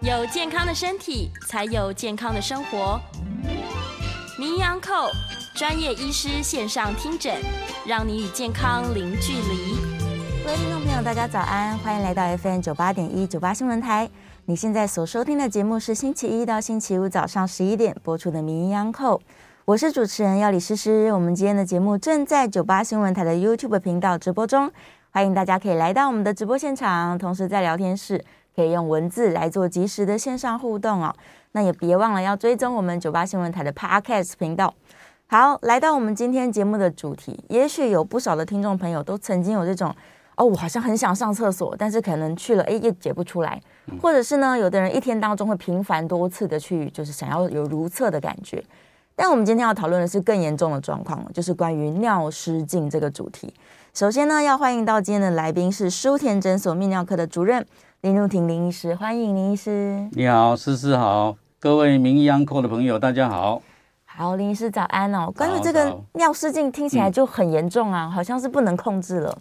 有健康的身体，才有健康的生活。名扬寇专业医师线上听诊，让你与健康零距离。各位听众朋友，大家早安，欢迎来到 FM 九八点一九八新闻台。你现在所收听的节目是星期一到星期五早上十一点播出的《名医央叩》，我是主持人要李诗诗。我们今天的节目正在九八新闻台的 YouTube 频道直播中，欢迎大家可以来到我们的直播现场，同时在聊天室可以用文字来做及时的线上互动哦。那也别忘了要追踪我们九八新闻台的 Podcast 频道。好，来到我们今天节目的主题，也许有不少的听众朋友都曾经有这种。哦，我好像很想上厕所，但是可能去了，哎，也解不出来，或者是呢，有的人一天当中会频繁多次的去，就是想要有如厕的感觉。但我们今天要讨论的是更严重的状况，就是关于尿失禁这个主题。首先呢，要欢迎到今天的来宾是舒田诊所泌尿科的主任林如婷林医师，欢迎林医师。你好，思思好，各位名医安扣的朋友，大家好。好，林医师早安哦。关于早这个早尿失禁，听嗯起来就很严重啊，好像是不能控制了。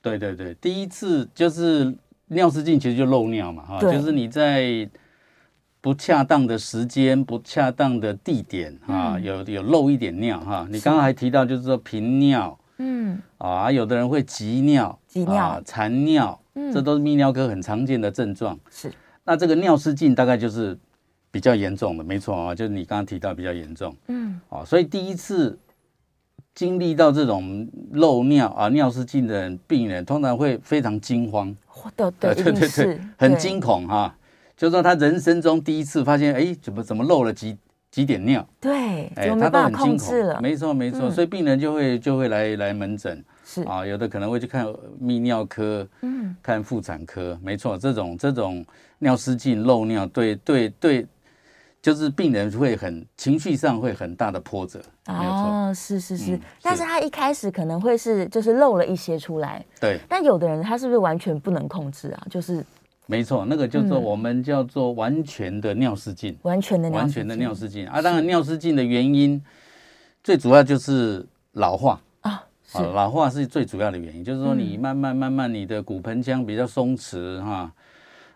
对对对，第一次就是尿失禁，其实就漏尿嘛，哈，对就是你在不恰当的时间、不恰当的地点啊，有有漏一点尿哈。你刚刚还提到，就是说频尿嗯，啊，有的人会急尿、急尿嗯啊、残尿，这都是泌尿科很常见的症状。是那这个尿失禁大概就是比较严重的，没错啊，就是你刚刚提到比较严重。嗯，哦，所以第一次经历到这种漏尿啊、尿失禁的人病人，通常会非常惊慌，哦对对， 呃一定是很对惊恐哈、就是说他人生中第一次发现，哎，怎么怎么漏了几几点尿，对，哎，就没他都办很法惊控制恐，了。没错没错，嗯所以病人就会就会来来门诊是，啊，有的可能会去看泌尿科，嗯，看妇产科，没错，这种这种尿失禁、漏尿，对对对，就是病人会很情绪上会很大的波折，没有错，哦，是是是嗯，但是是他一开始可能会是就是漏了一些出来，对，但有的人他是不是完全不能控制啊？就是没错，那个叫做嗯我们叫做完全的尿失禁，完全的尿，完全的尿失禁啊，当然尿失禁的原因最主要就是老化。啊，是啊，老化是最主要的原因，就是说你慢慢慢慢你的骨盆腔比较松弛哈、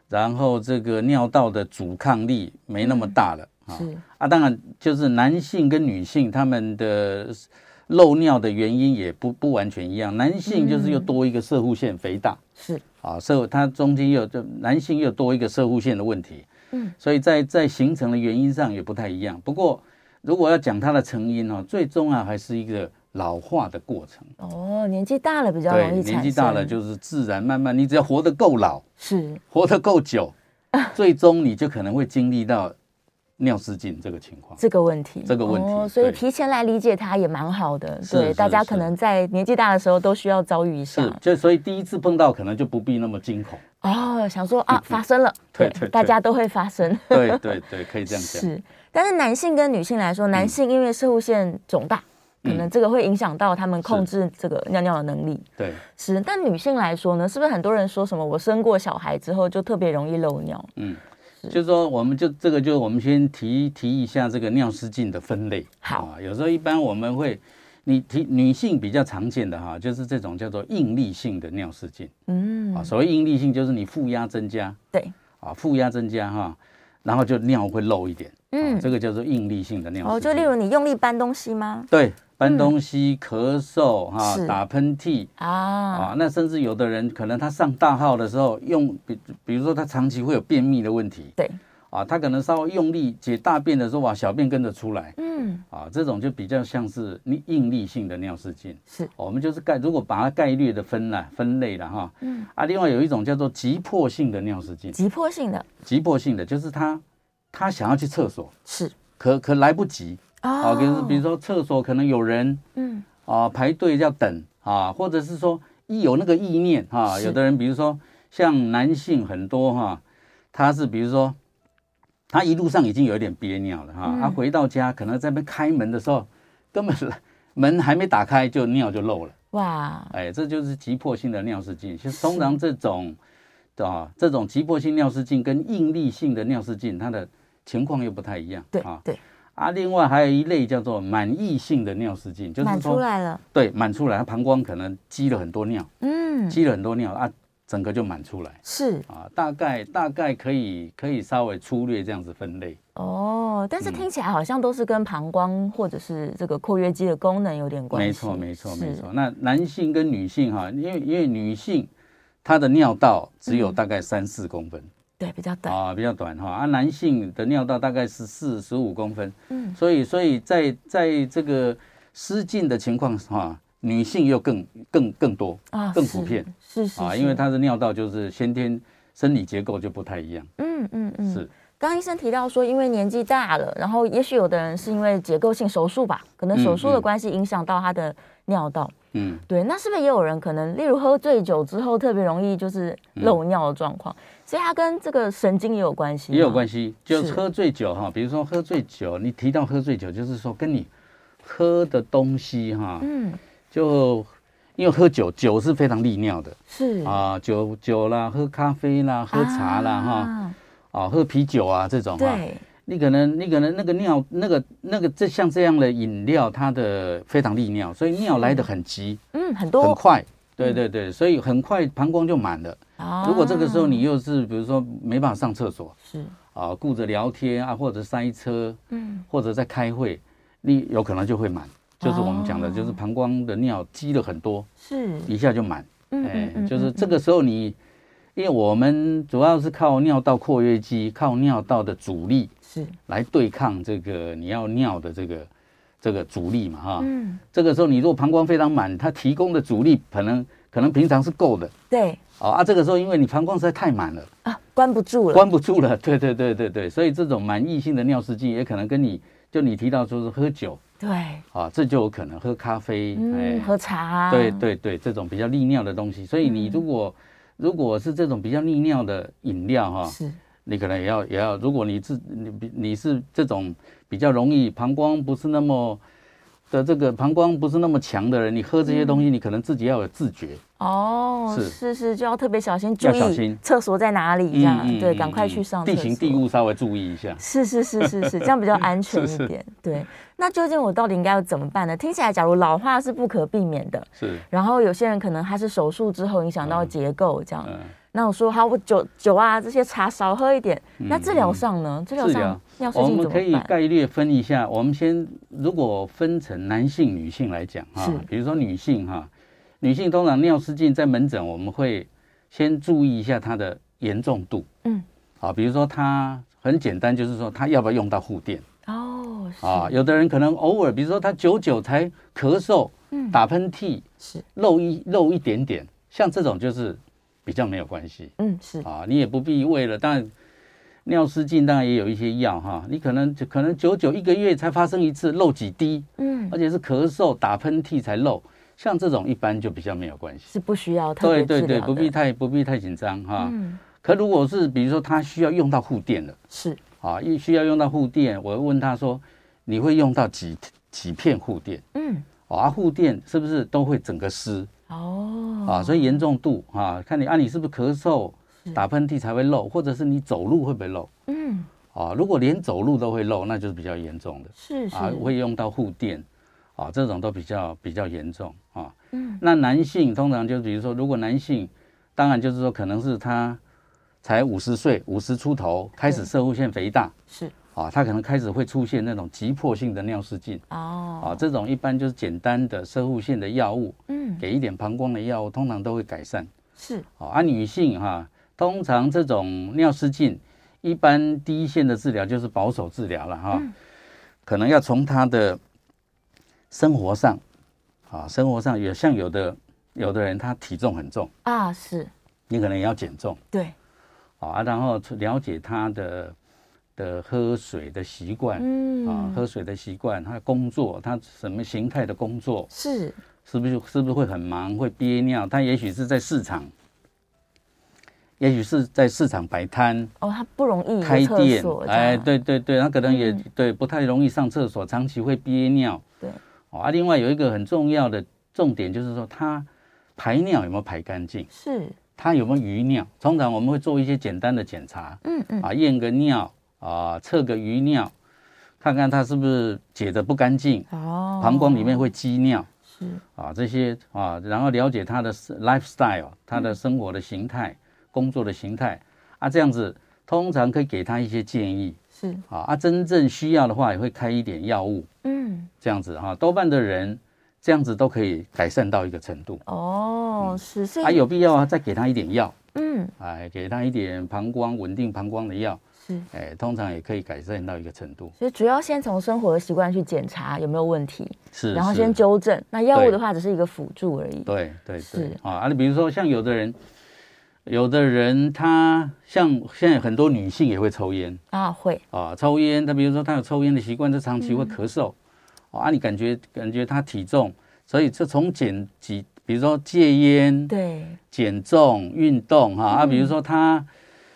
然后这个尿道的阻抗力没那么大了、啊是啊，当然就是男性跟女性他们的漏尿的原因也不不完全一样，男性就是又多一个射护腺肥大、是，啊，射它中间又就男性又多一个射护腺的问题，嗯，所以在在形成的原因上也不太一样。不过如果要讲它的成因哦，最终啊还是一个老化的过程。哦，年纪大了比较对，容易年产生，纪大了就是自然慢慢，你只要活得够老， 是活得 够久，最终你就可能会经历到尿失禁这个情况。这个问题，这个问题哦所以对提前来理解它也蛮好的，是对，是大家可是能在年纪大的时候都需要遭遇一下是，就所以第一次碰到可能就不必那么 惊恐。哦，想说啊，发生了，对对对大家都会发生。对对对，可以这样嗯讲。是，但是男性跟女性来说，男性因为射护腺肿大，嗯可能这个会影响到他们控制这个尿尿的能力。对，是，但女性来说呢，是不是很多人说什么我生过小孩之后就特别容易漏尿？就是说我们就这个就我们先提提一下这个尿失禁的分类。好啊，有时候一般我们会。你提女性比较常见的哈，就是这种叫做应力性的尿失禁嗯，啊。所谓应力性，就是你负压增加，对，啊，负压增加哈，然后就尿会漏一点，嗯嗯，这个叫做应力性的尿失禁。哦，就例如你用力搬东西吗？对搬东西、咳嗽哈、是打喷嚏啊，啊，那甚至有的人可能他上大号的时候用，比比如说他长期会有便秘的问题对，啊，他可能稍微用力解大便的时候，哇，小便跟着出来嗯，啊，这种就比较像是你应力性的尿失禁。哦是我们就是概，如果把它概率的分了分类了哈，嗯啊，另外有一种叫做急迫性的尿失禁，急迫性的，急迫性的就是他他想要去厕所，是可可来不及啊，哦比如说比如说厕所可能有人嗯，啊排队要等啊，或者是说一有那个意念哈、是有的人比如说像男性很多哈、他是比如说他一路上已经有一点憋尿了哈，他、嗯回到家可能在那边开门的时候，根本门还没打开就尿就漏了，哇，哎，这就是急迫性的尿失禁。其实通常这种啊这种急迫性尿失禁跟应力性的尿失禁，它的情况又不太一样，对啊。对，啊，另外还有一类叫做满溢性的尿失禁，就是满出说来了，对，满出来，它膀胱可能积了很多尿，嗯，积了很多尿啊，整个就满出来是啊，大概大概可以可以稍微粗略这样子分类。哦，但是听起来好像都是跟膀胱或者是这个括约肌的功能有点关系。没错，没错，是没错。。那男性跟女性哈、因为因为女性她的尿道只嗯有大概三四公分对，比较短。啊、比较短哈、啊，男性的尿道大概是四十五公分，嗯，所以所以在在这个失禁的情况哈、女性又更更更多啊更普遍是是是啊，是因为她的尿道就是先天生理结构就不太一样，嗯嗯嗯是。刚刚医生提到说，因为年纪大了，然后也许有的人是因为结构性手术吧，可能手术的嗯嗯关系影响到他的尿道。嗯。对，那是不是也有人可能，例如喝醉酒之后特别容易就是嗯漏尿的状况，所以它跟这个神经也有关系，也有关系。系，就是是喝醉酒哈，比如说喝醉酒，你提到喝醉酒，就是说跟你喝的东西哈，嗯，就因为喝酒，酒是非常利尿的是，啊，酒酒啦，喝咖啡啦，喝茶啦哈，啊，啊，喝啤酒啊这种哈，对，你可能你可能那个尿那个那个这像这样的饮料，它的非常利尿，所以尿来的很急嗯，很很多。嗯快，对对对，所以很快膀胱就满了。啊如果这个时候你又是比如说没办法上厕所。是，啊，顾着聊天啊，或者塞车，嗯，或者在开会，你有可能就会满，就是我们讲哦的，就是膀胱的尿积了很多，是，一下就满。嗯哎嗯，嗯，就是嗯这个时候你，因为我们主要是靠尿道括约肌、靠尿道的阻力是，来对抗这个你要尿的这个这个阻力嘛，哈。嗯，这个时候你如果膀胱非常满，它提供的阻力可能可能平常是够的。对哦啊，这个时候因为你膀胱实在太满了，啊，关不住了，关不住了， 对对对对对，所以这种满溢性的尿失禁也可能跟你就你提到说是喝酒对，啊，这就有可能喝咖啡，哎嗯，喝茶，嗯对，对对，这种比较利尿的东西，所以你如果、如果是这种比较利尿的饮料哈、是，你可能也要也要，如果你是你比你是这种比较容易膀胱不是那么的这个膀胱不是那么强的人，你喝这些东西，嗯你可能自己要有自觉，哦，是是是，就要特别小心，注要小意心厕所在哪里，这样对，赶快嗯去上地厕形所地物稍微注意一下。是是是是是，这样比较安全一 是是点。对，那究竟我到底应该要怎么办呢？听起来，假如老化是不可避免的，是，然后有些人可能他是手术之后影响到结构这样。嗯。那我说好，我酒酒啊这些茶少喝一点。那治疗上呢？治疗嗯治上疗尿失我禁们啊怎可以么办？概略分一下，我们先如果分成男性、女性来讲哈是，比如说女性哈，女性通常尿失禁在门诊，我们会先注意一下她的严重度，嗯，啊，比如说她很简单，就是说她要不要用到护垫哦，是啊？有的人可能偶尔，比如说她久久才咳嗽、嗯打喷嚏，是，漏一漏一点点，像这种就是比较没有关系。嗯是啊，你也不必为了，当然尿失禁当然也有一些药哈，你可能可能久久一个月才发生一次漏几滴，嗯而且是咳嗽、打喷嚏才漏，像这种一般就比较没有关系。是不需要特对别对治疗对，的不必啊太不必太紧张哈。嗯可如果是比如说他需要用到护垫了是啊，一需要用到护垫，我问他说你会用到几几片护垫？嗯哦啊，护垫是不是都会整个湿哦啊？所以严重度啊，看你啊，你是不是咳嗽、打喷嚏才会漏，或者是你走路会不会漏？嗯啊，如果连走路都会漏，那就是比较严重的是是啊，会用到护垫啊，这种都比较比较严重啊。嗯那男性通常就比如说，如果男性，当然就是说可能是他才五十岁，五十出头开始射物腺肥大是啊，他可能开始会出现那种急迫性的尿失禁啊，哦这种一般就是简单的射物腺的药物，嗯给一点膀胱的药物，通常都会改善。是哦，啊，女性哈、通常这种尿失禁，一般第一线的治疗就是保守治疗了哈，可能要从她的生活上，啊，生活上有像有的有的人她体重很重，啊是你可能也要减重对啊，啊然后了解她的的喝水的习惯。嗯啊，喝水的习惯，她工作，她什么形态的工作，是是不是是不是会很忙，会憋尿？他也许是在市场，也许是在市场摆摊、哦，它不容易有开厕店所，这哎，样对对对，他可能也、嗯对不太容易上厕所，长期会憋尿。对，哦、啊，另外有一个很重要的重点就是说，他排尿有没有排干净？是他有没有余尿？通常我们会做一些简单的检查，嗯嗯啊，验个尿啊，测个余尿，看看他是不是解的不干净，哦膀胱里面会积尿。是啊这些啊，然后了解他的 s- lifestyle，他嗯的生活的形态、工作的形态啊，这样子通常可以给他一些建议是，啊啊，真正需要的话也会开一点药物嗯，这样子哈、啊，多半的人这样子都可以改善到一个程度，哦，是，所以啊有必要啊再给他一点药，嗯哎、给他一点膀胱稳定膀胱的药，是，哎，通常也可以改善到一个程度，所以主要先从生活的习惯去检查有没有问题，是，然后是先纠正。那药物对的话只是一个辅助而已。对对对是，啊，啊，你比如说像有的人，有的人他像现在很多女性也会抽烟啊，会啊，抽烟，他比如说他有抽烟的习惯，他长期会咳嗽，啊，你感觉感觉他体重，所以这从减几，比如说戒烟、对，嗯减重、运动哈，啊，比如说他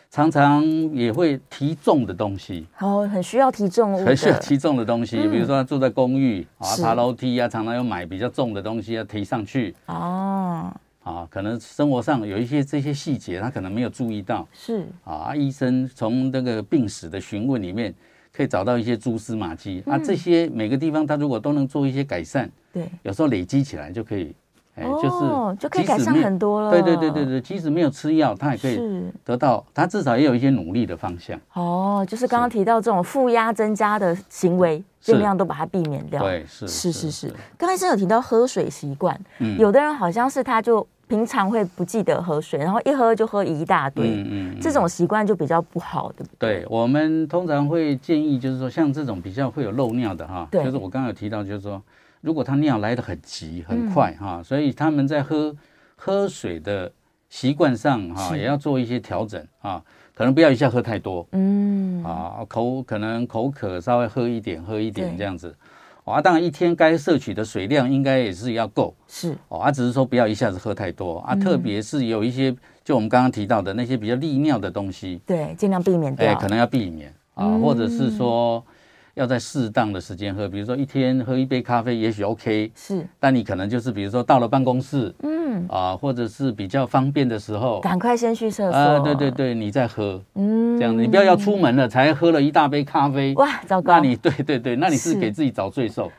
常常也会提重的东西，然后很需要提重物的，很需要提重的东西，比如嗯说他住在公寓啊，是爬楼梯啊，常常要买比较重的东西要提上去。哦，啊，可能生活上有一些这些细节，他可能没有注意到是啊。医生从那个病史的询问里面，可以找到一些蛛丝马迹、啊。嗯这些每个地方他如果都能做一些改善，对，哦有时候累积起来就可以，哎，就是就可以即使改善没有很多了。对对对对对，即使没有吃药，他也可以是得到，他至少也有一些努力的方向。哦，就是刚刚提到这种负压增加的行为，是尽量都把它避免掉。对，是啊是是是，刚才真有提到喝水习惯，嗯有的人好像是他就平常会不记得喝水，然后一喝就喝一大堆，嗯嗯这种习惯就比较不好，对不对？对，我们通常会建议，就是说像这种比较会有漏尿的哈，对就是我刚刚有提到，就是说如果他尿来得很急很快嗯哈，所以他们在喝喝水的习惯上哈，是也要做一些调整啊，可能不要一下喝太多嗯，啊，口可能口渴稍微喝一点喝一点对这样子。哦啊，当然一天该摄取的水量应该也是要够是哦，啊，只是说不要一下子喝太多嗯啊，特别是有一些就我们刚刚提到的那些比较利尿的东西，对，嗯尽量避免哎，掉可。能要避免啊，或者是说要在适当的时间喝，比如说一天喝一杯咖啡，也许 OK，是，但你可能就是比如说到了办公室嗯，啊，或者是比较方便的时候赶快先去厕所。啊，对对，对，你再喝，嗯这样子你不要要出门了才喝了一大杯咖啡，哇，糟那糕，你对对对，那你是是给自己找 罪受，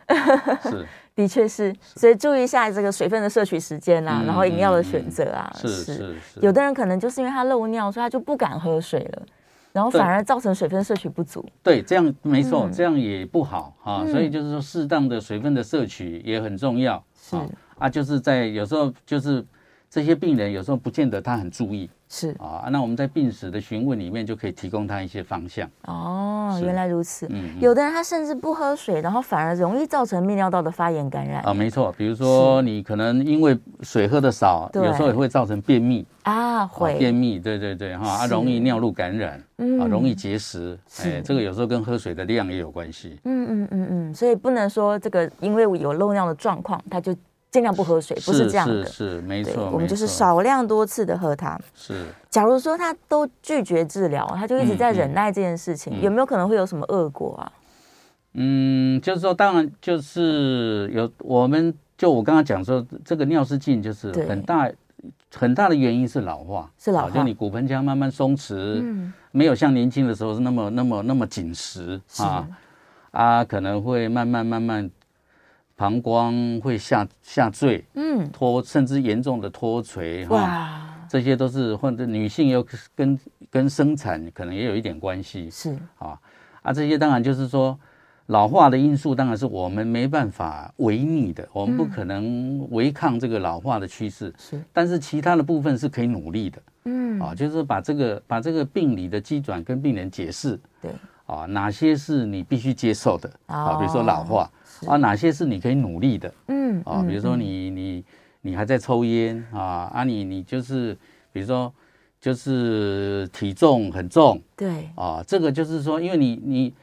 是的确是，所以注意一下这个水分的摄取时间啦，嗯然后饮料的选择啊，是是是，有的人可能就是因为他漏尿，所以他就不敢喝水了，然后反对而造成水分摄取不足。对，这样没错嗯，这样也不好啊。所以就是说，适当的水分的摄取也很重要。是啊啊，就是在有时候就是这些病人有时候不见得他很注意是啊。那我们在病史的询问里面就可以提供他一些方向。哦，是原来如此。嗯，有的人他甚至不喝水，然后反而容易造成泌尿道的发炎感染啊，没错。比如说你可能因为水喝的少，对有时候也会造成便秘，啊，啊会便秘，对对对，哈，啊，是容易尿路感染，嗯啊，容易结石。是哎，这个有时候跟喝水的量也有关系。嗯嗯嗯嗯，所以不能说这个因为有漏尿的状况，他就尽量不喝水，不是这样是的。是，没对，错，我们没就是错少量多次的喝它。是。假如说他都拒绝治疗，他就一直在嗯嗯忍耐这件事情，有没有可能会有什么恶果啊？嗯，就是说，当然就是有我们就我刚刚讲说，这个尿失禁就是对很大很大的原因是老化，是老啊化就你骨盆腔慢慢松弛，嗯，没有像年轻的时候是那么那么那么紧实是啊啊，可能会慢慢慢慢膀胱会下下坠，嗯，脱甚至严重的脱垂哈、哇，这些都是或者女性有跟跟生产可能也有一点关系，是啊啊，这些当然就是说老化的因素，当然是我们没办法违逆的，我嗯们不可能违抗这个老化的趋势，是，但是其他的部分是可以努力的嗯，啊，就是把这个把这个病理的机转跟病人解释对，啊，哪些是你必须接受的啊，比如说老化是啊，哪些是你可以努力的哦嗯，啊，比如说嗯，你你你还在抽烟啊啊你你就是比如说就是体重很重。对，啊，这个就是说，因为你你，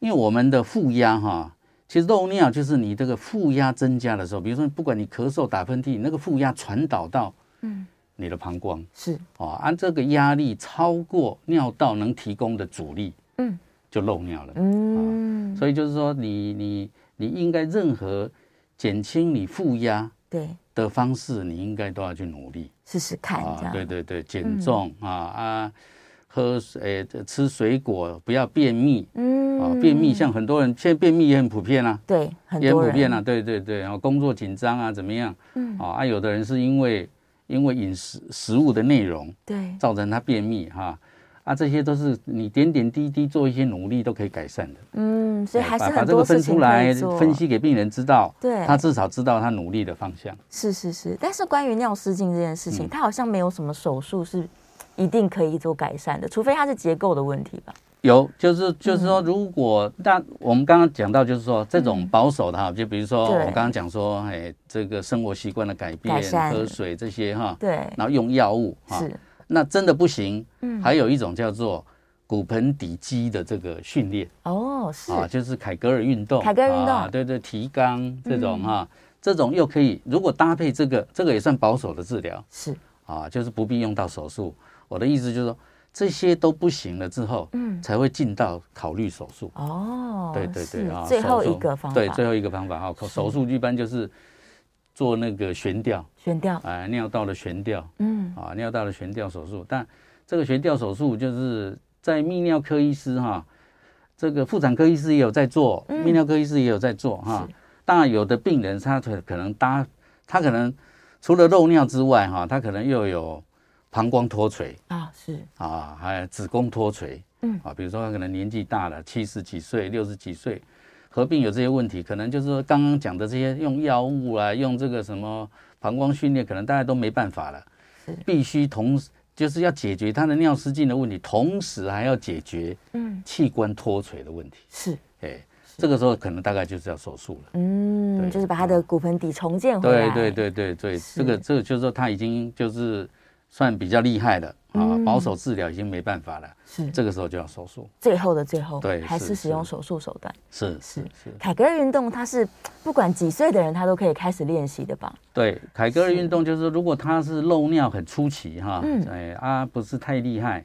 因为我们的负压哈，其实漏尿就是你这个负压增加的时候，比如说不管你咳嗽、打喷嚏，那个负压传导到嗯，你的膀胱是啊，按这个压力超过尿道能提供的阻力，嗯，就漏尿了。啊嗯，所以就是说你，你你应该任何减轻你负压对，的方式，你应该都要去努力。试试看这啊，样，嗯对对对，减重啊啊，喝水、呃吃水果，不要便秘嗯，啊、便秘像很多人现在便秘也很普遍啊，对很也很多普遍人啊，对对对，然后工作紧张啊，怎么样？嗯啊，啊有的人是因为因为饮食食物的内容对，造成他便秘哈、啊，这些都是你点点滴滴做一些努力都可以改善的。嗯，所以哎还是把把很这多个事分情出可以来做分析给病人知道，对他至少知道他努力的方向。是是是，但是关于尿失禁这件事嗯情，它好像没有什么手术是一定可以做改善的，除非它是结构的问题吧。有，就是就是嗯说，如果那我们刚刚讲到，就是说这种保守的哈，就比如说对我刚刚讲说，哎，这个生活习惯的改变啊改善、喝水这些哈，对，然后用药物哈，是，那真的不行。嗯，还有一种叫做骨盆底肌的这个训练哦，是，啊，就是凯格尔运动，凯格尔运动嗯啊对对，提肛这种哈，这种又可以，如果搭配这个，这个也算保守的治疗是，啊，就是不必用到手术。我的意思就是说，这些都不行了之后，嗯，才会进到考虑手术。哦，对对对是啊，最手后一术个方法，对，最后一个方法哈，手术一般就是做那个悬吊，悬吊，啊，尿道的悬吊嗯，啊，尿道的悬吊手术。但这个悬吊手术就是在泌尿科医师哈，这个妇产科医师也有在做，嗯泌尿科医师也有在做哈是。当然，有的病人他可可能搭，他可能除了漏尿之外哈，他可能又有膀胱脱垂啊，是，啊，还有子宫脱垂。嗯，啊，比如说他可能年纪大了，七十几岁、六十几岁，合并有这些问题，可能就是说刚刚讲的这些用药物啊，用这个什么膀胱训练，可能大家都没办法了是，必须同时就是要解决他的尿失禁的问题，同时还要解决嗯，器官脱垂的问题。是，哎，这个时候可能大概就是要手术了。嗯，对就是把它的骨盆底重建回对来，对，对对对，这是个这个就是说他已经就是算比较厉害了啊，嗯保守治疗已经没办法了，是这个时候就要手术。最后的最后，对还是是使用是手术手段。是是是是。凯格尔运动，它是不管几岁的人，他都可以开始练习的吧？对，凯格尔运动就是，如果他是漏尿很出奇哈，嗯哎啊不是太厉害，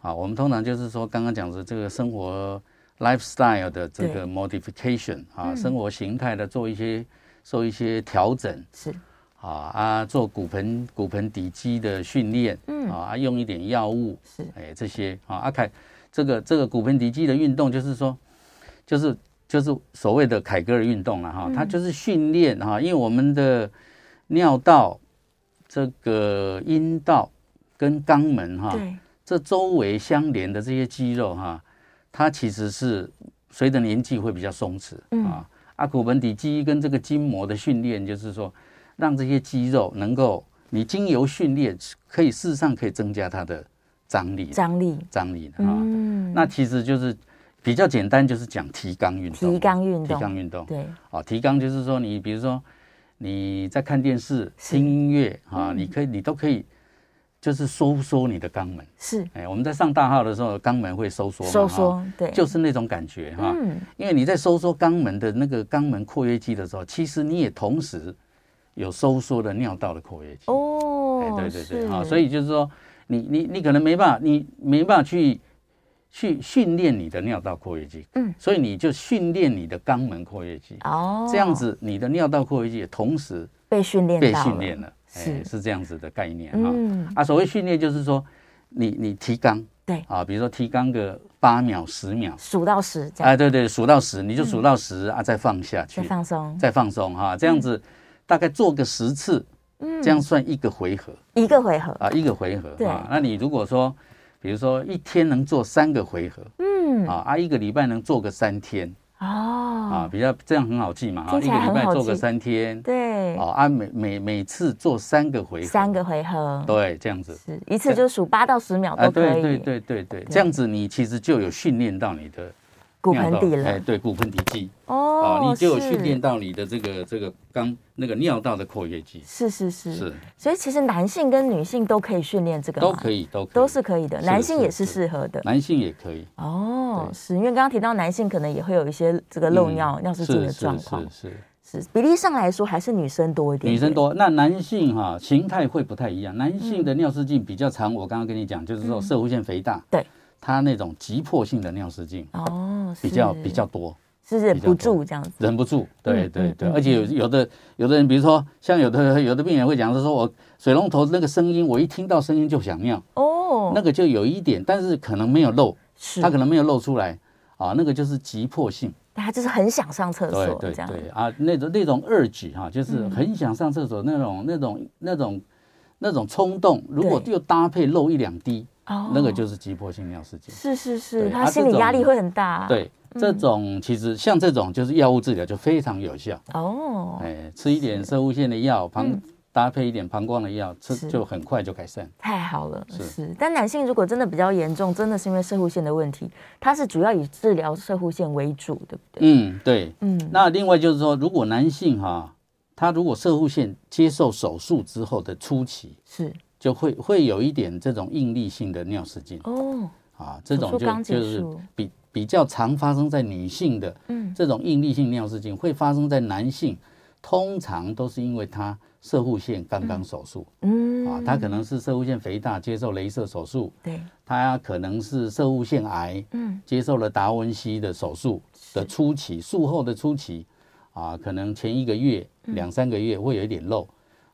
啊，我们通常就是说刚刚讲的这个生活 lifestyle 的这对个 modification 啊，生活形态的做一些做一些调整是，啊啊，做骨盆骨盆底肌的训练，嗯啊啊用一点药物，是哎这些啊，阿、凯这个这个骨盆底肌的运动就是说，就是就是所谓的凯格尔运动了、哈，嗯它就是训练哈，因为我们的尿道、这个阴道跟肛门哈，对，这周围相连的这些肌肉哈，它其实是随着年纪会比较松弛、嗯啊。阿骨盆底肌跟这个筋膜的训练，就是说让这些肌肉能够，你经由训练可以事实上可以增加它的张力的，张力，张力的啊。嗯，那其实就是比较简单，就是讲提肛运提动。肛运提肛动，运动对，啊，提肛就是说你比如说你在看电视、是嗯听音乐啊，你可以你都可以就是收缩你的肛门。是哎，我们在上大号的时候，肛门会收缩嘛，收哈，缩，对，就是那种感觉哈。嗯，因为你在收缩肛门的那个肛门括约肌的时候，其实你也同时有收缩的尿道的括约肌。哎，哦，对对对，是啊，所以就是说，你你你可能没办法，你没办法去去训练你的尿道括约肌，嗯，所以你就训练你的肛门括约肌，哦，这样子你的尿道括约肌也同时被训练被到训练了，哎，是是这样子的概念哈。嗯，啊，所谓训练就是说，你你提肛，对啊，比如说提肛个八秒、十秒，数到十这样，嗯哎，对对，数到十你就数到十啊，再放下去再，放松，再放松哈，这样子大概做个十次，嗯这样算一个回合。一个回合，啊，一个回合对啊。那你如果说，比如说一天能做三个回合嗯，啊，啊，一个礼拜能做个三天啊，哦，比较这样很好记嘛啊，听一起个来礼很拜好做个记三天，对，啊啊，每每每次做三个回合，三个回合，对，这样子是一次就数八到十秒啊，都可对对以，对对对，这样子你其实就有训练到你的骨尿盆道底哎，了，对，骨盆底肌啊，哦，你就有是训练，到你的这个这个肛那个尿道的括约肌，是是是是所以其实男性跟女性都可以训练这个吗，都可以都可以都是可以的，是男性也是是适合的。男性也可以哦，对是因为刚刚提到男性可能也会有一些这个漏嗯尿、尿失禁的是是状况，是是。是比例上来说还是女生多一点女生点多，那男性嗯哈、形态会不太一样。男性的尿失禁比较常，我刚刚跟你讲，就是说射弧腺肥大，嗯对，他那种急迫性的尿失禁哦，比较是比较多，是忍比较不多住这样子，忍不住。对嗯对嗯对，嗯而且有有的有的人，比如说像有的有的病人会讲，是说我水龙头那个声音，我一听到声音就想尿，哦，那个就有一点，但是可能没有漏，是它可能没有漏出来啊，那个就是急迫性。但他就是很想上厕所，对这对样嗯对啊，那种那种 urge 哈、就是很想上厕所那种、那种那种那种冲动，如果对又搭配漏一两滴，哦那个就是急迫性尿失禁。是是是，对他啊心这理压种力会很大，，对，这嗯种其实像这种就是药物治疗就非常有效，哦，嗯哎，吃一点射物线的药，膀、搭配一点膀胱的药，吃是就很快就改善。太好了，是是。但男性如果真的比较严重，真的是因为射护腺的问题，他是主要以治疗射护腺为主，对不对？嗯，对。嗯，那另外就是说，如果男性哈、他如果射护腺接受手术之后的初期，是就会会有一点这种应力性的尿失禁。哦，啊，这手术种就刚结就是束比比较常发生在女性的，嗯这种应力性尿失禁会发生在男性，通常都是因为他射护腺刚刚手术、嗯，啊，他可能是射护腺肥大接受镭射手术，对，他可能是射护腺癌嗯，接受了达文西的手术的初期，术后的初期啊，可能前一个月、嗯两三个月会有一点漏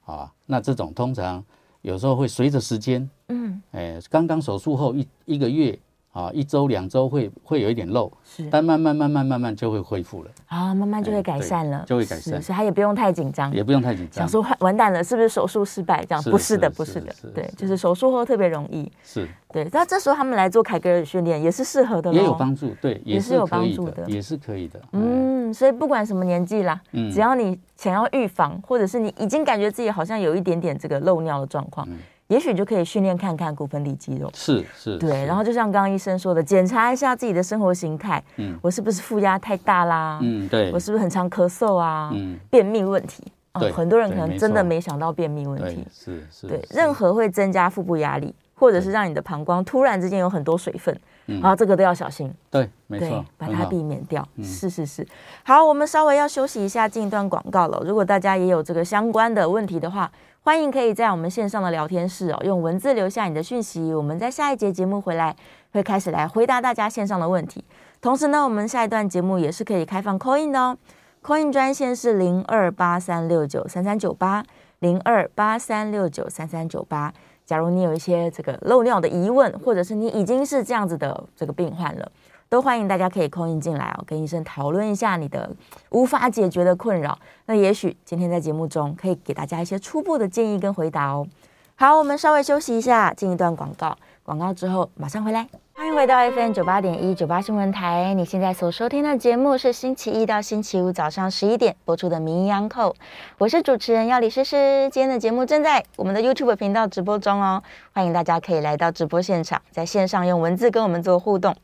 啊，那这种通常有时候会随着时间嗯，哎，刚刚手术后一一个月啊，一周两周会会有一点漏，是但慢慢慢慢慢慢就会恢复了，啊，慢慢就会哎改对善了，就会是改善所以他也不用太紧张，也不用太紧张想。说完完蛋了，是不是手术失败？这样是不是的，是不是是的是，对是，就是手术后特别容易。是对，那这时候他们来做凯格尔训练也是适合的咯也有帮助，对，也是是有可以帮助的的，也是可以的。嗯，嗯，所以不管什么年纪啦，嗯只要你想要预防，或者是你已经感觉自己好像有一点点这个漏尿的状况，嗯也许就可以训练看看骨盆底肌肉。是是，对，是然后就像刚刚医生说的，检查一下自己的生活形态，嗯我是不是负压太大啦？嗯，对我，是不是很常咳嗽啊？嗯，便秘问题，啊对很多人可对能没真的错没想到便秘问对题，。是是，对，是任何会增加腹部压力，或者是对让你的膀胱突然之间有很多水分，嗯然后这个都要小心，对，没对错，，把很它好嗯避免掉。是是是，好，我们稍微要休息一下，进一段广告了。如果大家也有这个相关的问题的话，欢迎可以在我们线上的聊天室哦，用文字留下你的讯息，我们在下一节节目回来会开始来回答大家线上的问题。同时呢，我们下一段节目也是可以开放 call in 的哦，call in 专线是零二八三六九三三九八零二八三六九三三九八。假如你有一些这个漏尿的疑问，或者是你已经是这样子的这个病患了，都欢迎大家可以空印进来哦，跟医生讨论一下你的无法解决的困扰。那也许今天在节目中可以给大家一些初步的建议跟回答哦。好，我们稍微休息一下，进一段广告。广告之后马上回来。欢迎回到 FM 九八点一九八新闻台，你现在所收听的节目是星期一到星期五早上十一点播出的《名医央叩》，我是主持人要李诗诗。今天的节目正在我们的 YouTube 频道直播中哦，欢迎大家可以来到直播现场，在线上用文字跟我们做互动。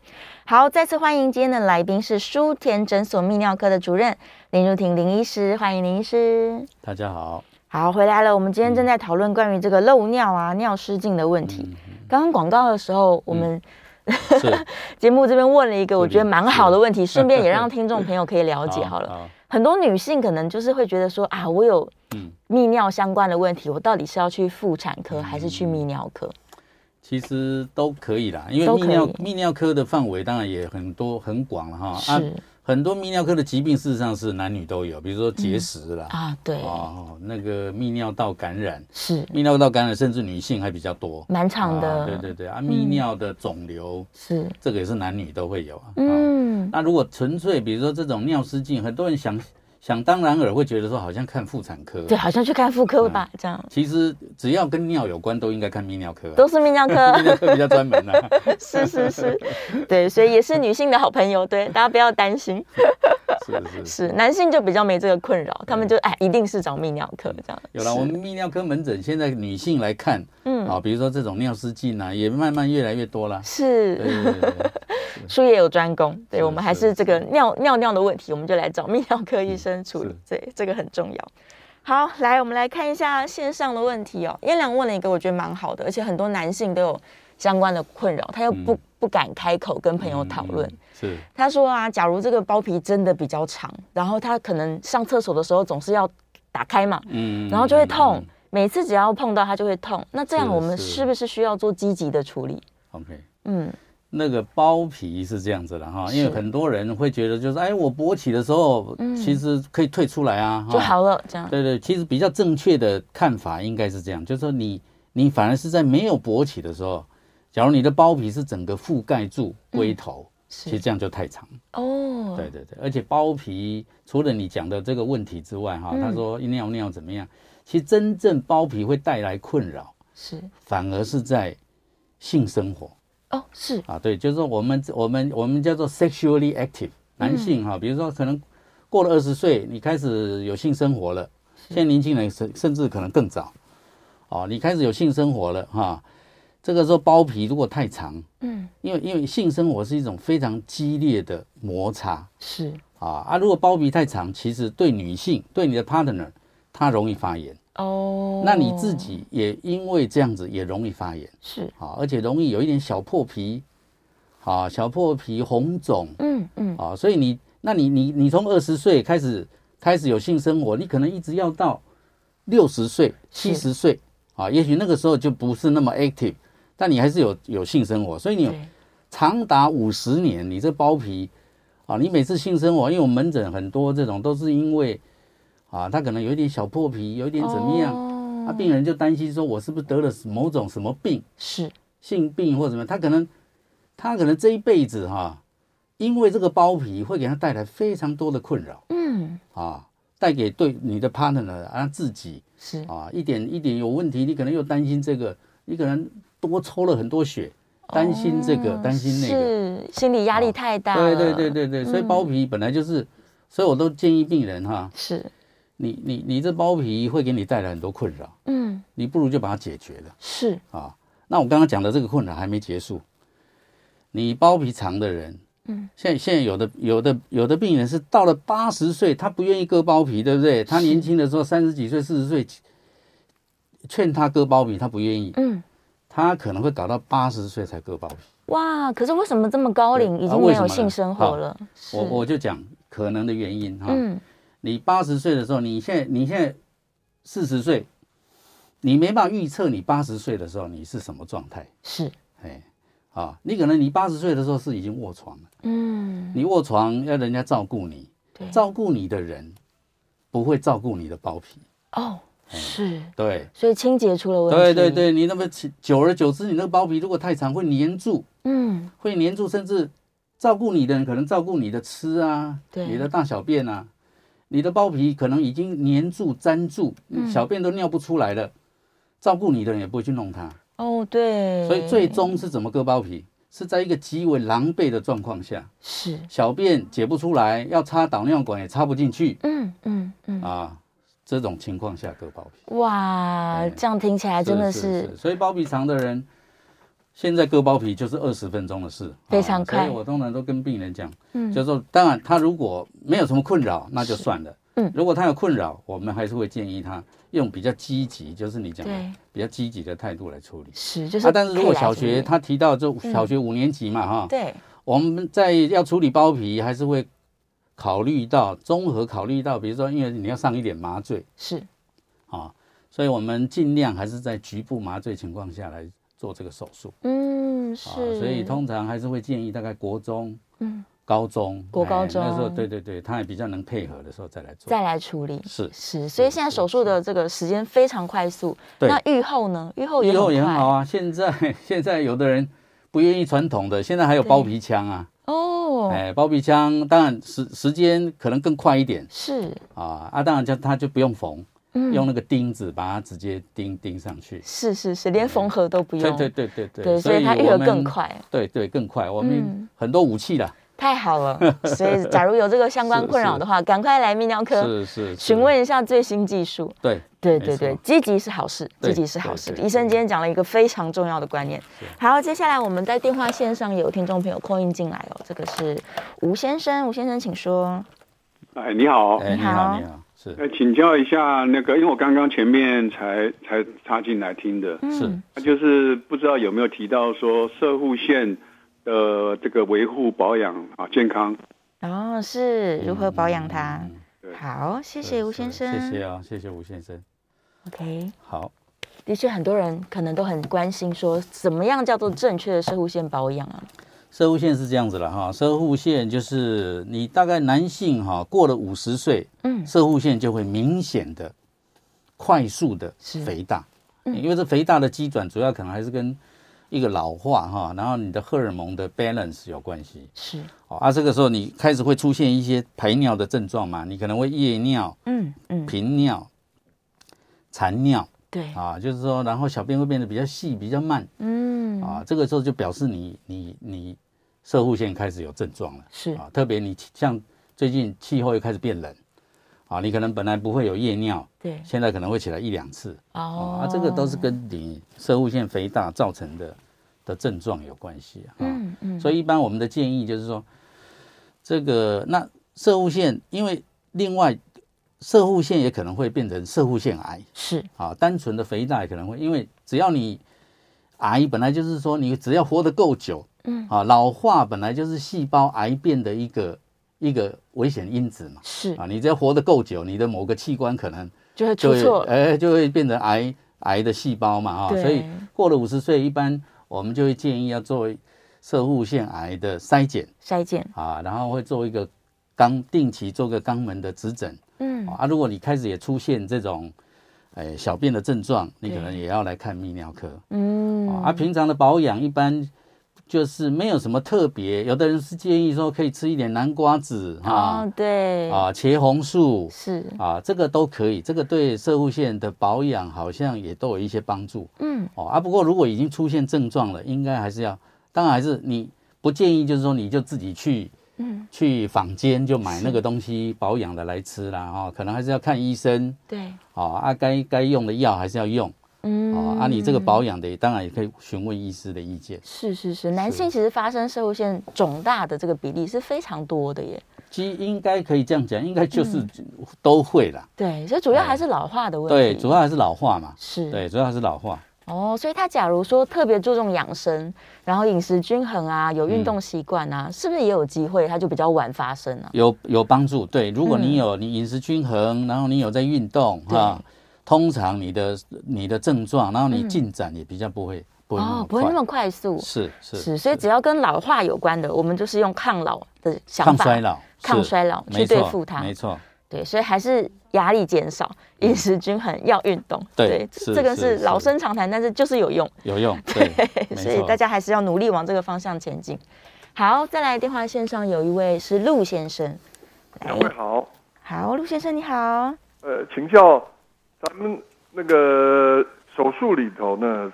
好，再次欢迎今天的来宾是舒田诊所泌尿科的主任林如婷林医师，欢迎林医师。大家 好，好，回来了。我们今天正在讨论关于这个漏尿啊、尿失禁的问题。刚刚广告的时候，我们是节目这边问了一个我觉得是蛮好的问题，顺便也让听众朋友可以了了解好了。， 好很多女性可能就是会觉得说啊，我有嗯泌尿相关的问题，我到底是要去妇产科还是去泌尿科？其实都可以啦，因为都泌可尿以泌尿科的范围当然也很多很广了哈，啊是，很多泌尿科的疾病事实上是男女都有，比如说结石啦，啊，对，哦，那个泌尿道感染，是泌尿道感染甚至女性还比较多。蛮长的，嗯啊对对对啊，泌尿的肿瘤、是，这个也是男女都会有啊。啊嗯，那如果纯粹比如说这种尿失禁，很多人想想当然尔会觉得说好像看妇产科，对，好像去看妇科吧，嗯这样其实只要跟尿有关都应该看泌尿科、啊，都是泌尿 泌科，尿科比较专门啊。 是是是，对，所以也是女性的好朋友，对，大家不要担心，是 是是男性就比较没这个困扰，他们就哎一定是找泌尿科这样，嗯有了，是我们泌尿科门诊现在女性来看，嗯啊，比如说这种尿失禁啊，也慢慢越来越多啦。对是对对对对术业有专攻，对是我们还是是这个尿尿尿的问题，我们就来找泌尿科医生处理嗯是，对，这个很重要。好，来我们来看一下线上的问题哦。燕良问了一个我觉得蛮好的，而且很多男性都有相关的困扰，他又不、嗯不敢开口跟朋友讨论。嗯是他说啊，假如这个包皮真的比较长，然后他可能上厕所的时候总是要打开嘛，嗯然后就会痛，嗯嗯嗯每次只要碰到它就会痛。那这样是我们是是不是需要做积极的处理？ OK，嗯，那个包皮是这样子的哈，因为是很多人会觉得就是，哎，我勃起的时候，其实可以退出来啊，哈就。好了，这样对对，其实比较正确的看法应该是这样，就是说你你反而是在没有勃起的时候，假如你的包皮是整个覆盖住龟头，其实是这样就太长。哦，对对对，而且包皮除了你讲的这个问题之外，哈，嗯他说尿尿怎么样？其实真正包皮会带来困扰，是反而是在性生活哦，是啊。对，就是说我们我们我们叫做 sexually 嗯 active 男性哈、比如说可能过了二十岁，你开始有性生活了，现在年轻人甚甚至可能更早，哦，你开始有性生活了哈、这个时候包皮如果太长，嗯因为因为性生活是一种非常激烈的摩擦，是啊啊！如果包皮太长，其实对女性、对你的 partner，她容易发炎。哦，那你自己也因为这样子也容易发炎是啊，而且容易有一点小破皮，啊，小破皮、红肿嗯嗯啊，所以你，那你你你从二十岁开始开始有性生活，你可能一直要到六十岁、是七十岁啊，也许那个时候就不是那么 active，但你还是有有性生活，所以你有对长达五十年，你这包皮啊，你每次性生活，因为我们门诊很多这种都是因为啊，他可能有一点小破皮，有一点怎么样，哦啊，病人就担心说我是不是得了某种什么病，是性病或怎么样，他可能他可能这一辈子哈、因为这个包皮会给他带来非常多的困扰嗯啊，带给对你的 partner 啊自己是啊一点一点有问题，你可能又担心这个，你可能多抽了很多血，担心这个，哦担心那个。哦是心理压力太大嗯对了，对对对对，所以包皮本来就是，所以我都建议病人哈，是你你你这包皮会给你带来很多困扰，嗯你不如就把它解决了是啊。那我刚刚讲的这个困扰还没结束，你包皮长的人，嗯，现在现在有的有的有的病人是到了八十岁，他不愿意割包皮，对不对？他年轻的时候三十几岁、四十岁，劝他割包皮，他不愿意，嗯他可能会搞到八十岁才割包皮。哇，可是为什么这么高龄对已啊经没为什有么呢性生好活了？是我我就讲啊可能的原因哈。嗯你八十岁的时候，你现在你现在四十岁，你没办法预测你八十岁的时候你是什么状态，是哎，啊，你可能你八十岁的时候是已经卧床了，嗯你卧床要人家照顾你，对照顾你的人不会照顾你的包皮，哦是，对，所以清洁出了问对题，对，对，你那么久久而久之，你那个包皮如果太长会粘住，嗯会黏住，甚至照顾你的人可能照顾你的吃啊，对你的大小便啊，你的包皮可能已经黏住、粘住，嗯小便都尿不出来了，照顾你的人也不会去弄它，哦对，所以最终是怎么割包皮？是在一个极为狼狈的状况下，是小便解不出来，要插导尿管也插不进去嗯嗯嗯啊，这种情况下割包皮，哇，哎这样听起来真的是是所以包皮长的人。现在割包皮就是二十分钟的事，非常啊快所以我通常都跟病人讲，嗯就是说，当然他如果没有什么困扰，那就算了。嗯如果他有困扰，我们还是会建议他用比较积极，就是你讲对的比较积极的态度来处理。是就是可以来处理，啊，嗯但是如果小学他提到就小学五年级嘛，哈，对我们在要处理包皮，还是会考虑到综合考虑到，比如说因为你要上一点麻醉是啊，所以我们尽量还是在局部麻醉情况下来做这个手术嗯是，啊，所以通常还是会建议大概国中嗯高中，国哎高中嗯那时候，对对对，他也比较能配合的时候再来做。再来处理。是，是，所以现在手术的这个时间非常快速。对那愈后呢？愈哦后也以后也很快好啊。现在 现在有的人不愿意传统的，现在还有对包皮枪啊，哦，哎，包皮枪当然时时间可能更快一点是，啊啊，当然就他就不用缝，嗯用那个钉子把它直接钉钉上去。是是是，连缝合都不对用，嗯对对对对，对所以它愈我合们更。快，对对，更快。我嗯们很多武器啦，太好 了。所以假如有这个相关是困扰是的话，赶快来泌尿科是是是询问一下最新技术。对对没对对错，积极是好事，积对极是好事。对对医生对今天讲了一个非常重要的观念。好，接下来我们在电话线上有听众朋友扣音进来哦，这个是吴先生，吴先生请说。哎，你好，哎，你哦好好你好，是呃，请教一下那个，因为我刚刚前面才才插进来听的，嗯是那就是不知道有没有提到说射护线的这个维护保养啊健康。哦，是如何保养它？嗯嗯对好，谢是谢吴是先生。谢谢啊，谢谢吴先生。 OK，好，的确很多人可能都很关心，说怎么样叫做正确的射护线保养啊？射护线是这样子了哈，射护线就是你大概男性哈过了五十岁，嗯射护线就会明显的、快速的是嗯肥大，因为这肥大的肌转主要可能还是跟一个老化哈，然后你的荷尔蒙的 balance 有关系。是，哦啊，这个时候你开始会出现一些排尿的症状嘛，你可能会夜尿、嗯嗯，频尿、残尿对，啊，就是说，然后小便会变得比较细、比较慢嗯啊，这个时候就表示你你你射护腺开始有症状了是，啊，特别你像最近气候又开始变冷啊，你可能本来不会有夜尿，对，现在可能会起来一两次哦啊，这个都是跟你射护腺肥大造成的的症状有关系啊。嗯嗯，所以一般我们的建议就是说，这个那射护腺，因为另外射护腺也可能会变成射护腺癌是啊，单纯的肥大也可能会，因为只要你癌本来就是说你只要活得够久，嗯啊，老化本来就是细胞癌变的一个一个危险因子嘛。是，啊，你只要活得够久，你的某个器官可能就会就出会错，哎、就会变成癌癌的细胞嘛啊，对所以过了五十岁，一般我们就会建议要做射护腺癌的筛检筛检，啊，然后会做一个肛定期做个肛门的指诊嗯啊。如果你开始也出现这种，哎、小便的症状，你可能对也要来看泌尿科嗯啊。啊，平常的保养一般。就是没有什么特别，有的人是建议说可以吃一点南瓜子啊哦对，啊，茄红素是，啊，这个都可以，这个对射护腺的保养好像也都有一些帮助嗯哦啊。不过如果已经出现症状了，应该还是要，当然还是你不建议，就是说你就自己去嗯去坊间就买那个东西保养的来吃啦哈、哦，可能还是要看医生对，哦啊，该该用的药还是要用嗯哦啊。你这个保养的当然也可以询问医师的意见，是是是，男性其实发生射物腺肿大的这个比例是非常多的耶。其实应该可以这样讲，应该就是嗯都会啦，对，所以主要还是老化的问题。哎对，主要还是老化嘛，是对，主要还是老化。哦，所以他假如说特别注重养生，然后饮食均衡啊，有嗯运动习惯啊，是不是也有机会他就比较晚发生啊？有有帮助，对。如果嗯你有你饮食均衡，然后你有在运动对哈，通常你的你的症状，然后你进展也比较不会不会那嗯么哦不会那快么快速。是是是，所以只要跟老化有关的，我们就是用抗老的想抗法，衰老抗是衰老去没对错付它没错，嗯对，所以还是压力减少，饮食均衡，要运动。对这是这个是是老生常谈，但是就是有用。有用 对，没所以错大家还是要努力往这个方向前进。好，再来电话线上有一位是陆先生，两位好，好，陆先生你好，呃，请教咱们那个手术里头呢，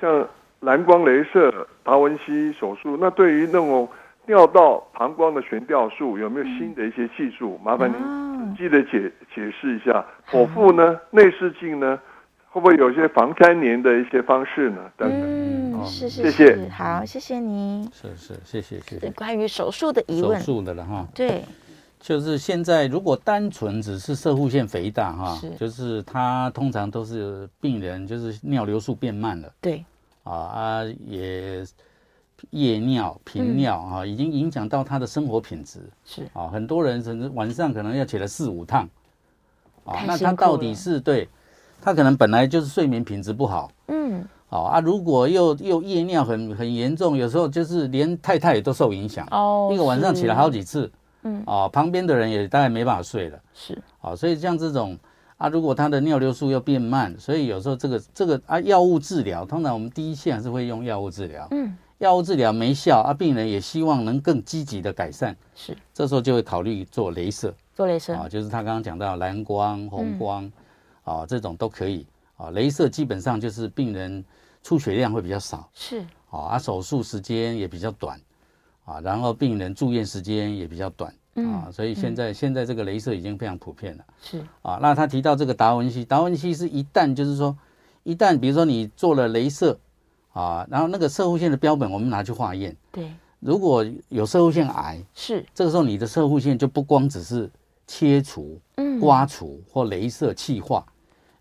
像蓝光镭射、达文西手术，那对于那种尿道膀胱的悬吊术，有没有新的一些技术？麻烦哦您仔细的解解释一下。剖腹呢，内视镜呢，会不会有一些防粘连的一些方式呢？等等。嗯，是是哦谢是，谢好，谢谢你。是是谢谢谢对谢。关于手术的疑手问，术的了哈，对，就是现在如果单纯只是射护腺肥大哈是，就是它通常都是病人就是尿流速变慢了。对，啊啊，也夜尿、频尿啊，已经影响到他的生活品质嗯是，啊。很多人甚至晚上可能要起来四五趟啊太。那辛他苦到底了是对他可能本来就是睡眠品质不好嗯，啊啊，如果又又夜尿很很严重，有时候就是连太太也都受影响，哦一个晚上起来好几次，嗯啊，旁边的人也大概没办法睡了。是，啊，所以像这种啊，如果他的尿流速又变慢，所以有时候这个这个啊，药物治疗，通常我们第一线还是会用药物治疗。嗯，药物治疗没效啊，病人也希望能更积极的改善，是这时候就会考虑做镭射做镭射，啊，就是他刚刚讲到蓝光、嗯红光、啊这种都可以啊，镭射基本上就是病人出血量会比较少是，啊，啊手术时间也比较短啊，然后病人住院时间也比较短啊，嗯，所以现在、现在这个镭射已经非常普遍了。是，啊，那他提到这个达文西，达文西是一旦就是说，一旦比如说你做了镭射啊，然后那个射护腺的标本我们拿去化验，对，如果有射护腺癌，是，这个时候你的射护腺就不光只是切除、嗯，刮除或镭射气化，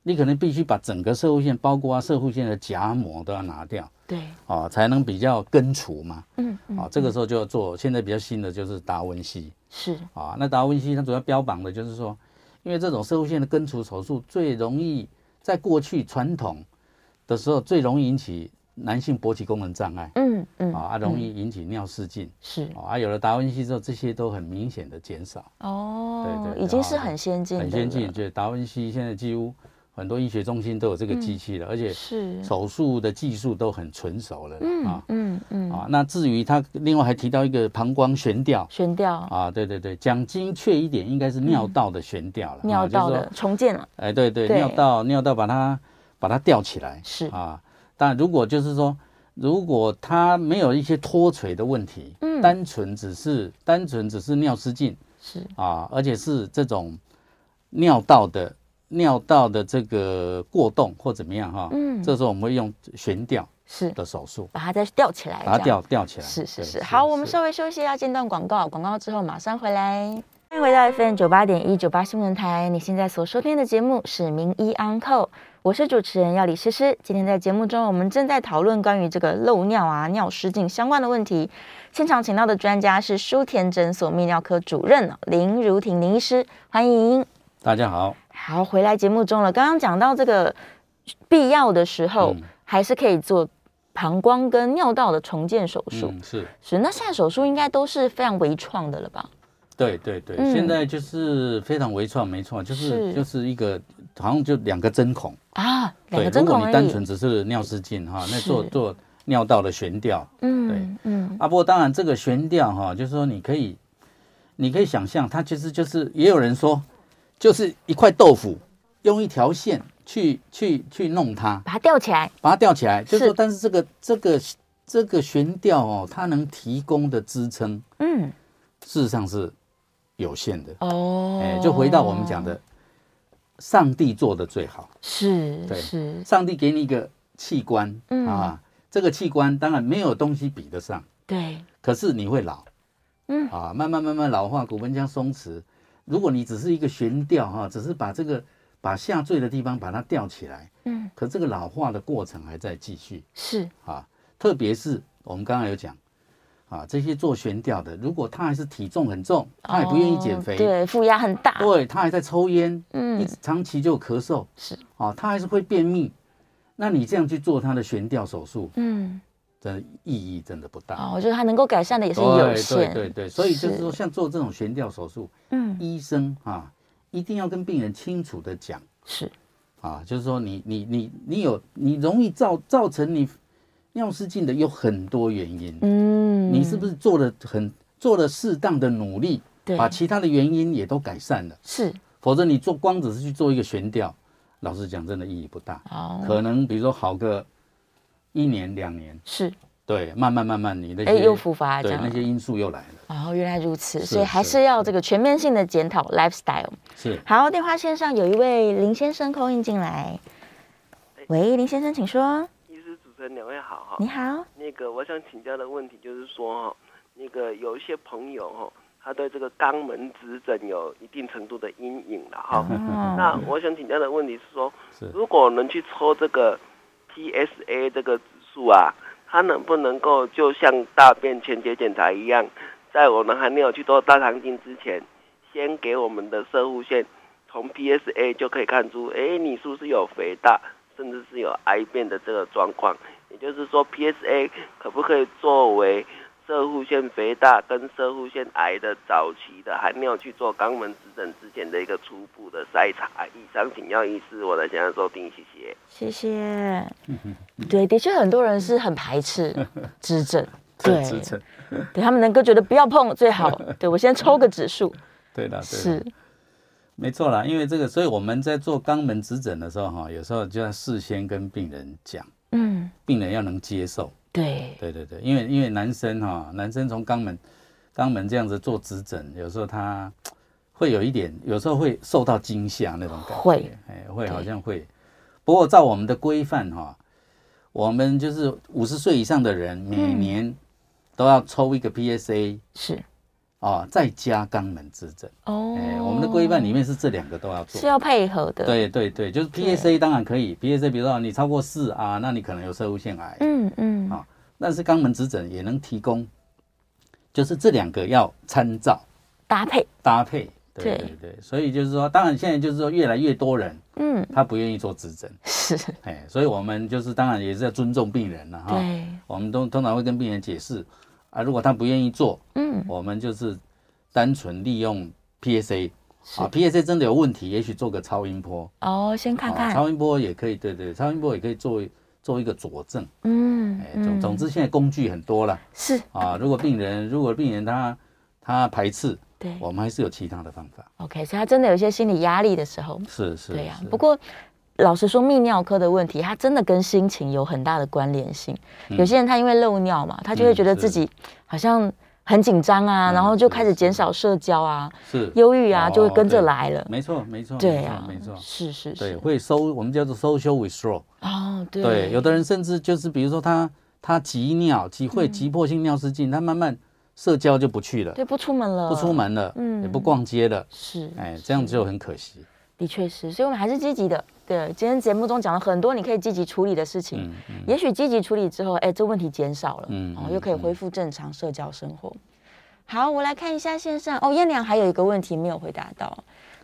你可能必须把整个射护腺，包括射护腺的夹膜都要拿掉对，啊，才能比较根除嘛。嗯，嗯啊，这个时候就要做现在比较新的就是达文西。是，啊，那达文西它主要标榜的就是说，因为这种射物线的根除手术最容易在过去传统的时候最容易引起男性勃起功能障碍嗯嗯，啊，啊容嗯易引起尿失禁是，啊，啊有了达文西之后，这些都很明显的减少，哦，对对已经是啊很先进的了，很先进，就达文西现在几乎很多医学中心都有这个机器了，而且嗯是，手术的技术都很纯熟了啦嗯啊嗯嗯，啊。那至于他另外还提到一个膀胱悬吊悬吊啊，对对对，讲精确一点，应该是尿道的悬吊了，嗯尿啊道，就是的说重建了，哎对对，对尿道尿道把它把它吊起来是啊。但如果就是说，如果他没有一些脱垂的问题，嗯单纯只是单纯只是尿失禁是啊，而且是这种尿道的尿道的这个过动或怎么样哈、嗯这时候我们会用悬吊是，的手术把它再吊起来，把这它样吊吊起来。是是对是，好，我们稍微休息一下，间段广告，广告之后马上回来。欢迎回到 FM 九八点一九八新闻台，你现在所收听的节目是《名医 Uncle》，我是主持人要李诗诗。今天在节目中，我们正在讨论关于这个漏尿啊、尿失禁相关的问题。现场请到的专家是舒田诊所泌尿科主任林如婷林医师，欢迎。大家好，好，回来节目中了。刚刚讲到这个必要的时候，嗯还是可以做膀胱跟尿道的重建手术。嗯，是是，那现在手术应该都是非常微创的了吧？对对对，嗯现在就是非常微创，没错，就是是就是一个好像就两个针孔，啊，两对，个针如孔果而你已。单纯只是尿失禁哈，那是做做尿道的悬吊嗯嗯，啊，不过当然这个悬吊哈，就是说你可以你可以想象，它其实就是也有人说，就是一块豆腐，用一条线去去去弄它，把它吊起来。把它吊起来，就是是说，但是这个这个这个悬吊哦，它能提供的支撑嗯，事实上是有限的。哦，哎，就回到我们讲，的，上帝做的最好，是对是，上帝给你一个器官、嗯啊，这个器官当然没有东西比得上，对，可是你会老，嗯啊，慢慢慢慢老化，骨盆腔松弛。如果你只是一个悬吊哈、只是把这个把下坠的地方把它吊起来，嗯，可这个老化的过程还在继续是啊。特别是我们刚刚有讲啊，这些做悬吊的，如果他还是体重很重，他也不愿意减哦肥，对，负压很大。对他还在抽烟，嗯一直长期就有咳嗽，是啊，他还是会便秘。那你这样去做他的悬吊手术，嗯，真的意义真的不大。哦，就是它能够改哦善的也是对有对限。对对，所以就是说，是像做这种悬吊手术，嗯，医生啊，一定要跟病人清楚的讲是啊，就是说你你你你有你容易造造成你尿失禁的有很多原因，嗯，你是不是做了很做了适当的努力，对把其他的原因也都改善了？是否则你做光只是去做一个悬吊，老实讲，真的意义不大。哦，可能比如说好个一年两年，是对，慢慢慢慢你那哎些又复发这对样那。些因素又来了，哦，原来如此，是所以还是是要这个全面性的检讨 lifestyle。是好，电话线上有一位林先生扣印进来。喂，林先生，请说。医师主持人两位好哈。你好，那个我想请教的问题就是说哈，那个有一些朋友哈，他对这个肛门指诊有一定程度的阴影了哈。哦，那我想请教的问题是说，是如果能去抽这个 PSA 这个指数啊，它能不能够就像大便全节检查一样，在我们还没有去做大肠镜之前，先给我们的射护腺从 PSA 就可以看出，哎，你是不是有肥大，甚至是有癌变的这个状况？也就是说，PSA 可不可以作为射护腺肥大跟射护腺癌的早期的还没有去做肛门指诊之前的一个初步的筛查？以上请教医师，我的现在收听，谢谢。谢谢。嗯对，的确很多人是很排斥指诊，对，支撑， 对他们能够觉得不要碰最 好。对我先抽个指数，啊对的，对是的，没错啦，因为这个，所以我们在做肛门指诊的时候哈，有时候就要事先跟病人讲，嗯，病人要能接受，对，对对对，因为因为男生哈，男生从肛门肛门这样子做指诊，有时候他会有一点，有时候会受到惊吓那种感觉，会，哎，会对好像会。不过照我们的规范哈，我们就是五十岁以上的人，嗯每年都要抽一个 PSA 是啊，再加肛门指诊。哦哎，我们的规范里面是这两个都要做是。要啊配合的，，对对对，就是 PSA 当然可以，PSA 比如说你超过四啊，那你可能有射物腺癌。嗯嗯，啊但是肛门指诊也能提供，就是这两个要参照搭配，搭配。对对对对，所以就是说，当然现在就是说，越来越多人嗯，他不愿意做指诊，是，哎，所以我们就是当然也是要尊重病人了哈。对，我们都通常会跟病人解释啊，如果他不愿意做，嗯，我们就是单纯利用 PSA 是啊，PSA 真的有问题，也许做个超音波，哦，先看啊看，超音波也可以，对对，超音波也可以做做一个佐证。嗯哎，嗯，总总之现在工具很多了是，啊。如果病人如果病人他他排斥，对我们还是有其他的方法。 ，OK，所以他真的有一些心理压力的时候，是是，对呀、是不过老实说，泌尿科的问题，它真的跟心情有很大的关联性。有些人他因为漏尿嘛，他就会觉得嗯嗯是自己好像很紧张啊，嗯然后就开始是减少社交啊，是忧郁啊，哦就会跟着对来了。没错没错，对没错啊，没错，是是对，是，会收我们叫做 social withdrawal。哦，对，对，有的人甚至就是比如说他他急尿，急会急迫性尿失禁，他慢慢社交就不去了，嗯对不出门了，不出门了，嗯也不逛街了，是，哎，这样就很可惜。的确是，所以我们还是积极的。对，今天节目中讲了很多你可以积极处理的事情，嗯嗯也许积极处理之后，哎，这问题减少了，嗯哦，嗯又可以恢复正常社交生活。好，我来看一下线上哦，燕良还有一个问题没有回答到，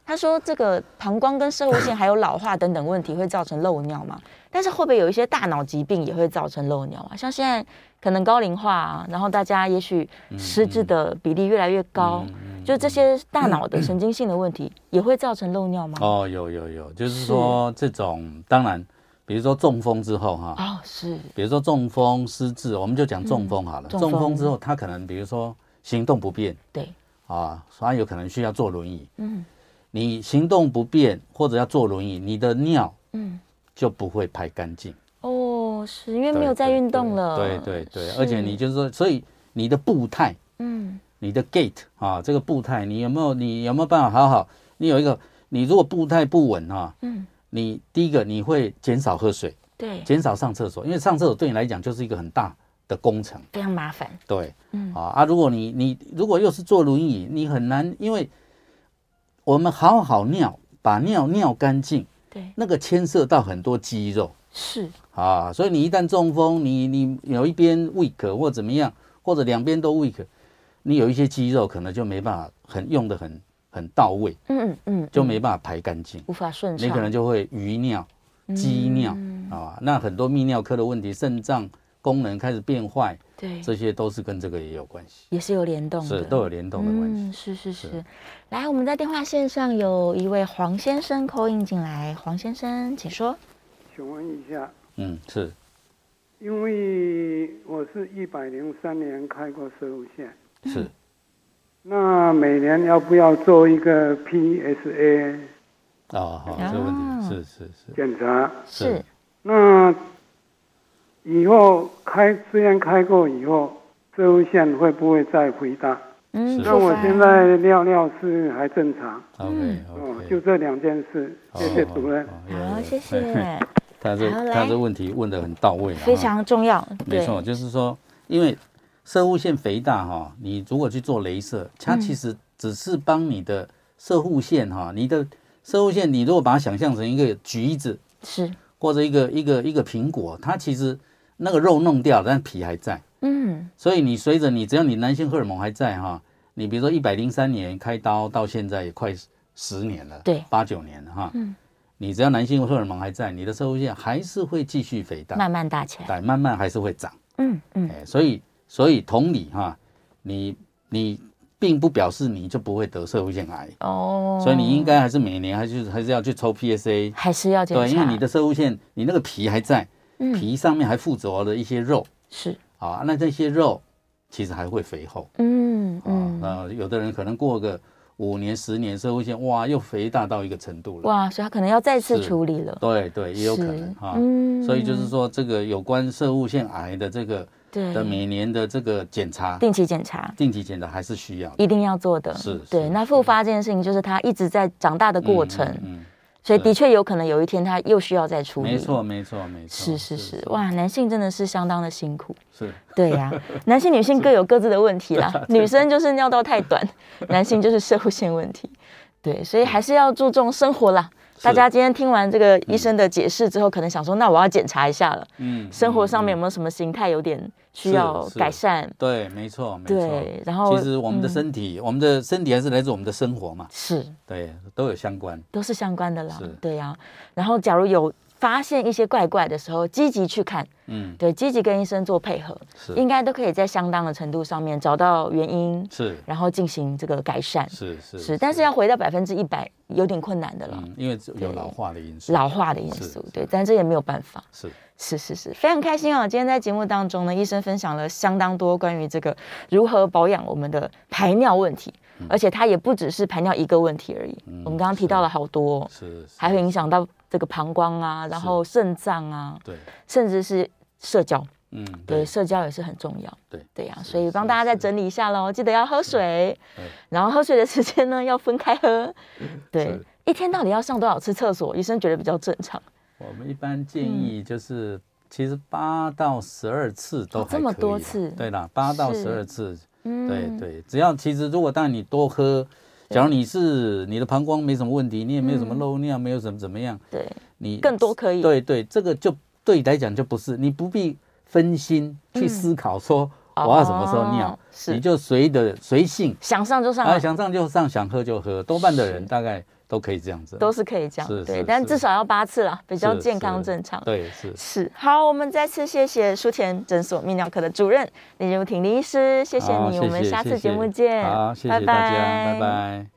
他说这个膀胱跟射物腺还有老化等等问题会造成漏尿吗？但是会不会有一些大脑疾病也会造成漏尿啊？像现在可能高龄化啊，然后大家也许嗯失智的比例越来越高，就这些大脑的神经性的问题也会造成漏尿吗？哦，有有有，就是是说这种当然，比如说中风之后哈，哦，是比如说中风失智，我们就讲中风好了。中中风风之后，他可能比如说行动不便对，啊，他有可能需要坐轮椅。嗯你行动不便或者要坐轮椅，你的尿嗯，就不会排干净。哦，是因为对没有在对运动对了，对对对，是而且你就是说，所以你的步态、嗯你的 gait 啊，这个步态，你有没有你有没有办法好好？你有一个，你如果步态不稳啊，嗯，你第一个你会减少喝水，对，减少上厕所，因为上厕所对你来讲就是一个很大的工程。非常麻烦，对，嗯啊啊，如果你你如果又是坐轮椅，你很难，因为我们好好尿，把尿尿干净，对，那个牵涉到很多肌肉。是，啊，所以你一旦中风，你你有一边 weak 或怎么样，或者两边都 weak，你有一些肌肉可能就没办法很用的很很到位，嗯嗯嗯，就嗯没办法排干净，无法顺畅，你可能就会余尿、嗯积尿、啊，那很多泌尿科的问题，肾脏功能开始变坏，对，这些都是跟这个也有关系，也是有联动的，是都有联动的关系。嗯，是是是是。来，我们在电话线上有一位黄先生扣印进来，黄先生，请说。请问一下，嗯，是因为我是一百零三年开过射入线，是，嗯那每年要不要做一个 PSA 哦，好，啊这个问题是是是检查？是，那以后开虽然开过以后，射入线会不会再回大？嗯，是那我现在尿尿是还正常， ，OK 哦 OK，，就这两件事，哦谢谢主任。嗯好，谢。 哦哦有有有谢，他这好来他这问题问得很到位了啊哈，非常重要，没错，对，就是说，因为射护腺肥大哈、你如果去做镭射，嗯它其实只是帮你的射护腺哈、你的射护腺，你如果把它想象成一个橘子是，或者一个一个一个苹果，它其实那个肉弄掉了，但皮还在。嗯，所以你随着你只要你男性荷尔蒙还在哈、你比如说一百零三年开刀到现在也快十年了，对嗯八九年了哈、你只要男性荷尔蒙还在，你的射护腺还是会继续肥大，慢慢大起来，但慢慢还是会长。嗯嗯，哎，所以所以同理哈，你你并不表示你就不会得社会腺癌，哦，所以你应该还是每年还是还是要去抽 PSA，还是要检查，对，因为你的社会腺你那个皮还在，嗯皮上面还附着了一些肉是，啊，那这些肉其实还会肥厚嗯啊，嗯，那有的人可能过个五年十年社会腺哇又肥大到一个程度了，哇，所以他可能要再次是处理了，对对，也有可是能哈。嗯所以就是说，这个有关社会腺癌的这个对的每年的这个检查，定期检查定期检查还是需要的。一定要做的，是对。是那复发这件事情，就是他一直在长大的过程，嗯，所以的确有可能有一天他又需要再处嗯理，没错，，没错，没错，是是是，哇，男性真的是相当的辛 苦。是嗯对呀、男性女性各有各自的问题 啦。女生就是尿道太短，男性就是射护腺问题。对，所以还是要注重生活啦。大家今天听完这个医生的解释之后，可能想说，那我要检查一下了，嗯，生活上面有嗯没有什么形态有点需是要是改善？对，没错，没错。对，然后其实我们的嗯身体，我们的身体还是来自我们的生活嘛，是对，都有相关。都是相关的啦是，对呀、然后假如有发现一些怪怪的时候，积极去看，嗯，对，积极跟医生做配合，是应该都可以在相当的程度上面找到原因，是然后进行这个改善。是是是，但是要回到百分之一百有点困难的了，嗯，因为这有老化的因素，老化的因是素，对，但这也没有办法。是是是是，非常开心哦！今天在节目当中呢，医生分享了相当多关于这个如何保养我们的排尿问题，嗯而且它也不只是排尿一个问题而已。我们刚刚提到了好多哦、是，是还会影响到这个膀胱啊，然后肾脏啊，对，甚至是社交。嗯，对，社交也是很重要。对对呀、是所以帮是大家再是哎整理一下喽，记得要喝水对，然后喝水的时间呢要分开喝。对嗯是，一天到底要上多少次厕所？医生觉得比较正常。我们一般建议就是，其实八到十二次嗯都哦还这么可以多啦次对啦，八到是十二次，嗯，对对，只要其实如果当然你多喝，假如你是你的膀胱没什么问题，你也没有什么嗯漏尿，没有什么怎么样，对，你更多可以。对对，这个就对你来讲就不是，你不必分心去思考说我要什么时候嗯哦尿，是你就随的随性，想上就上啊，来，想上就上，想喝就喝，多半的人是大概都可以这样子，都是可以这样。是对，是但是至少要八次啦，比较是健康是正常。对是。是好，我们再次谢谢舒田诊所泌尿科的主任林如婷林医师，谢谢好你，谢我们谢下谢次节谢目见，好，谢拜谢大家，拜拜拜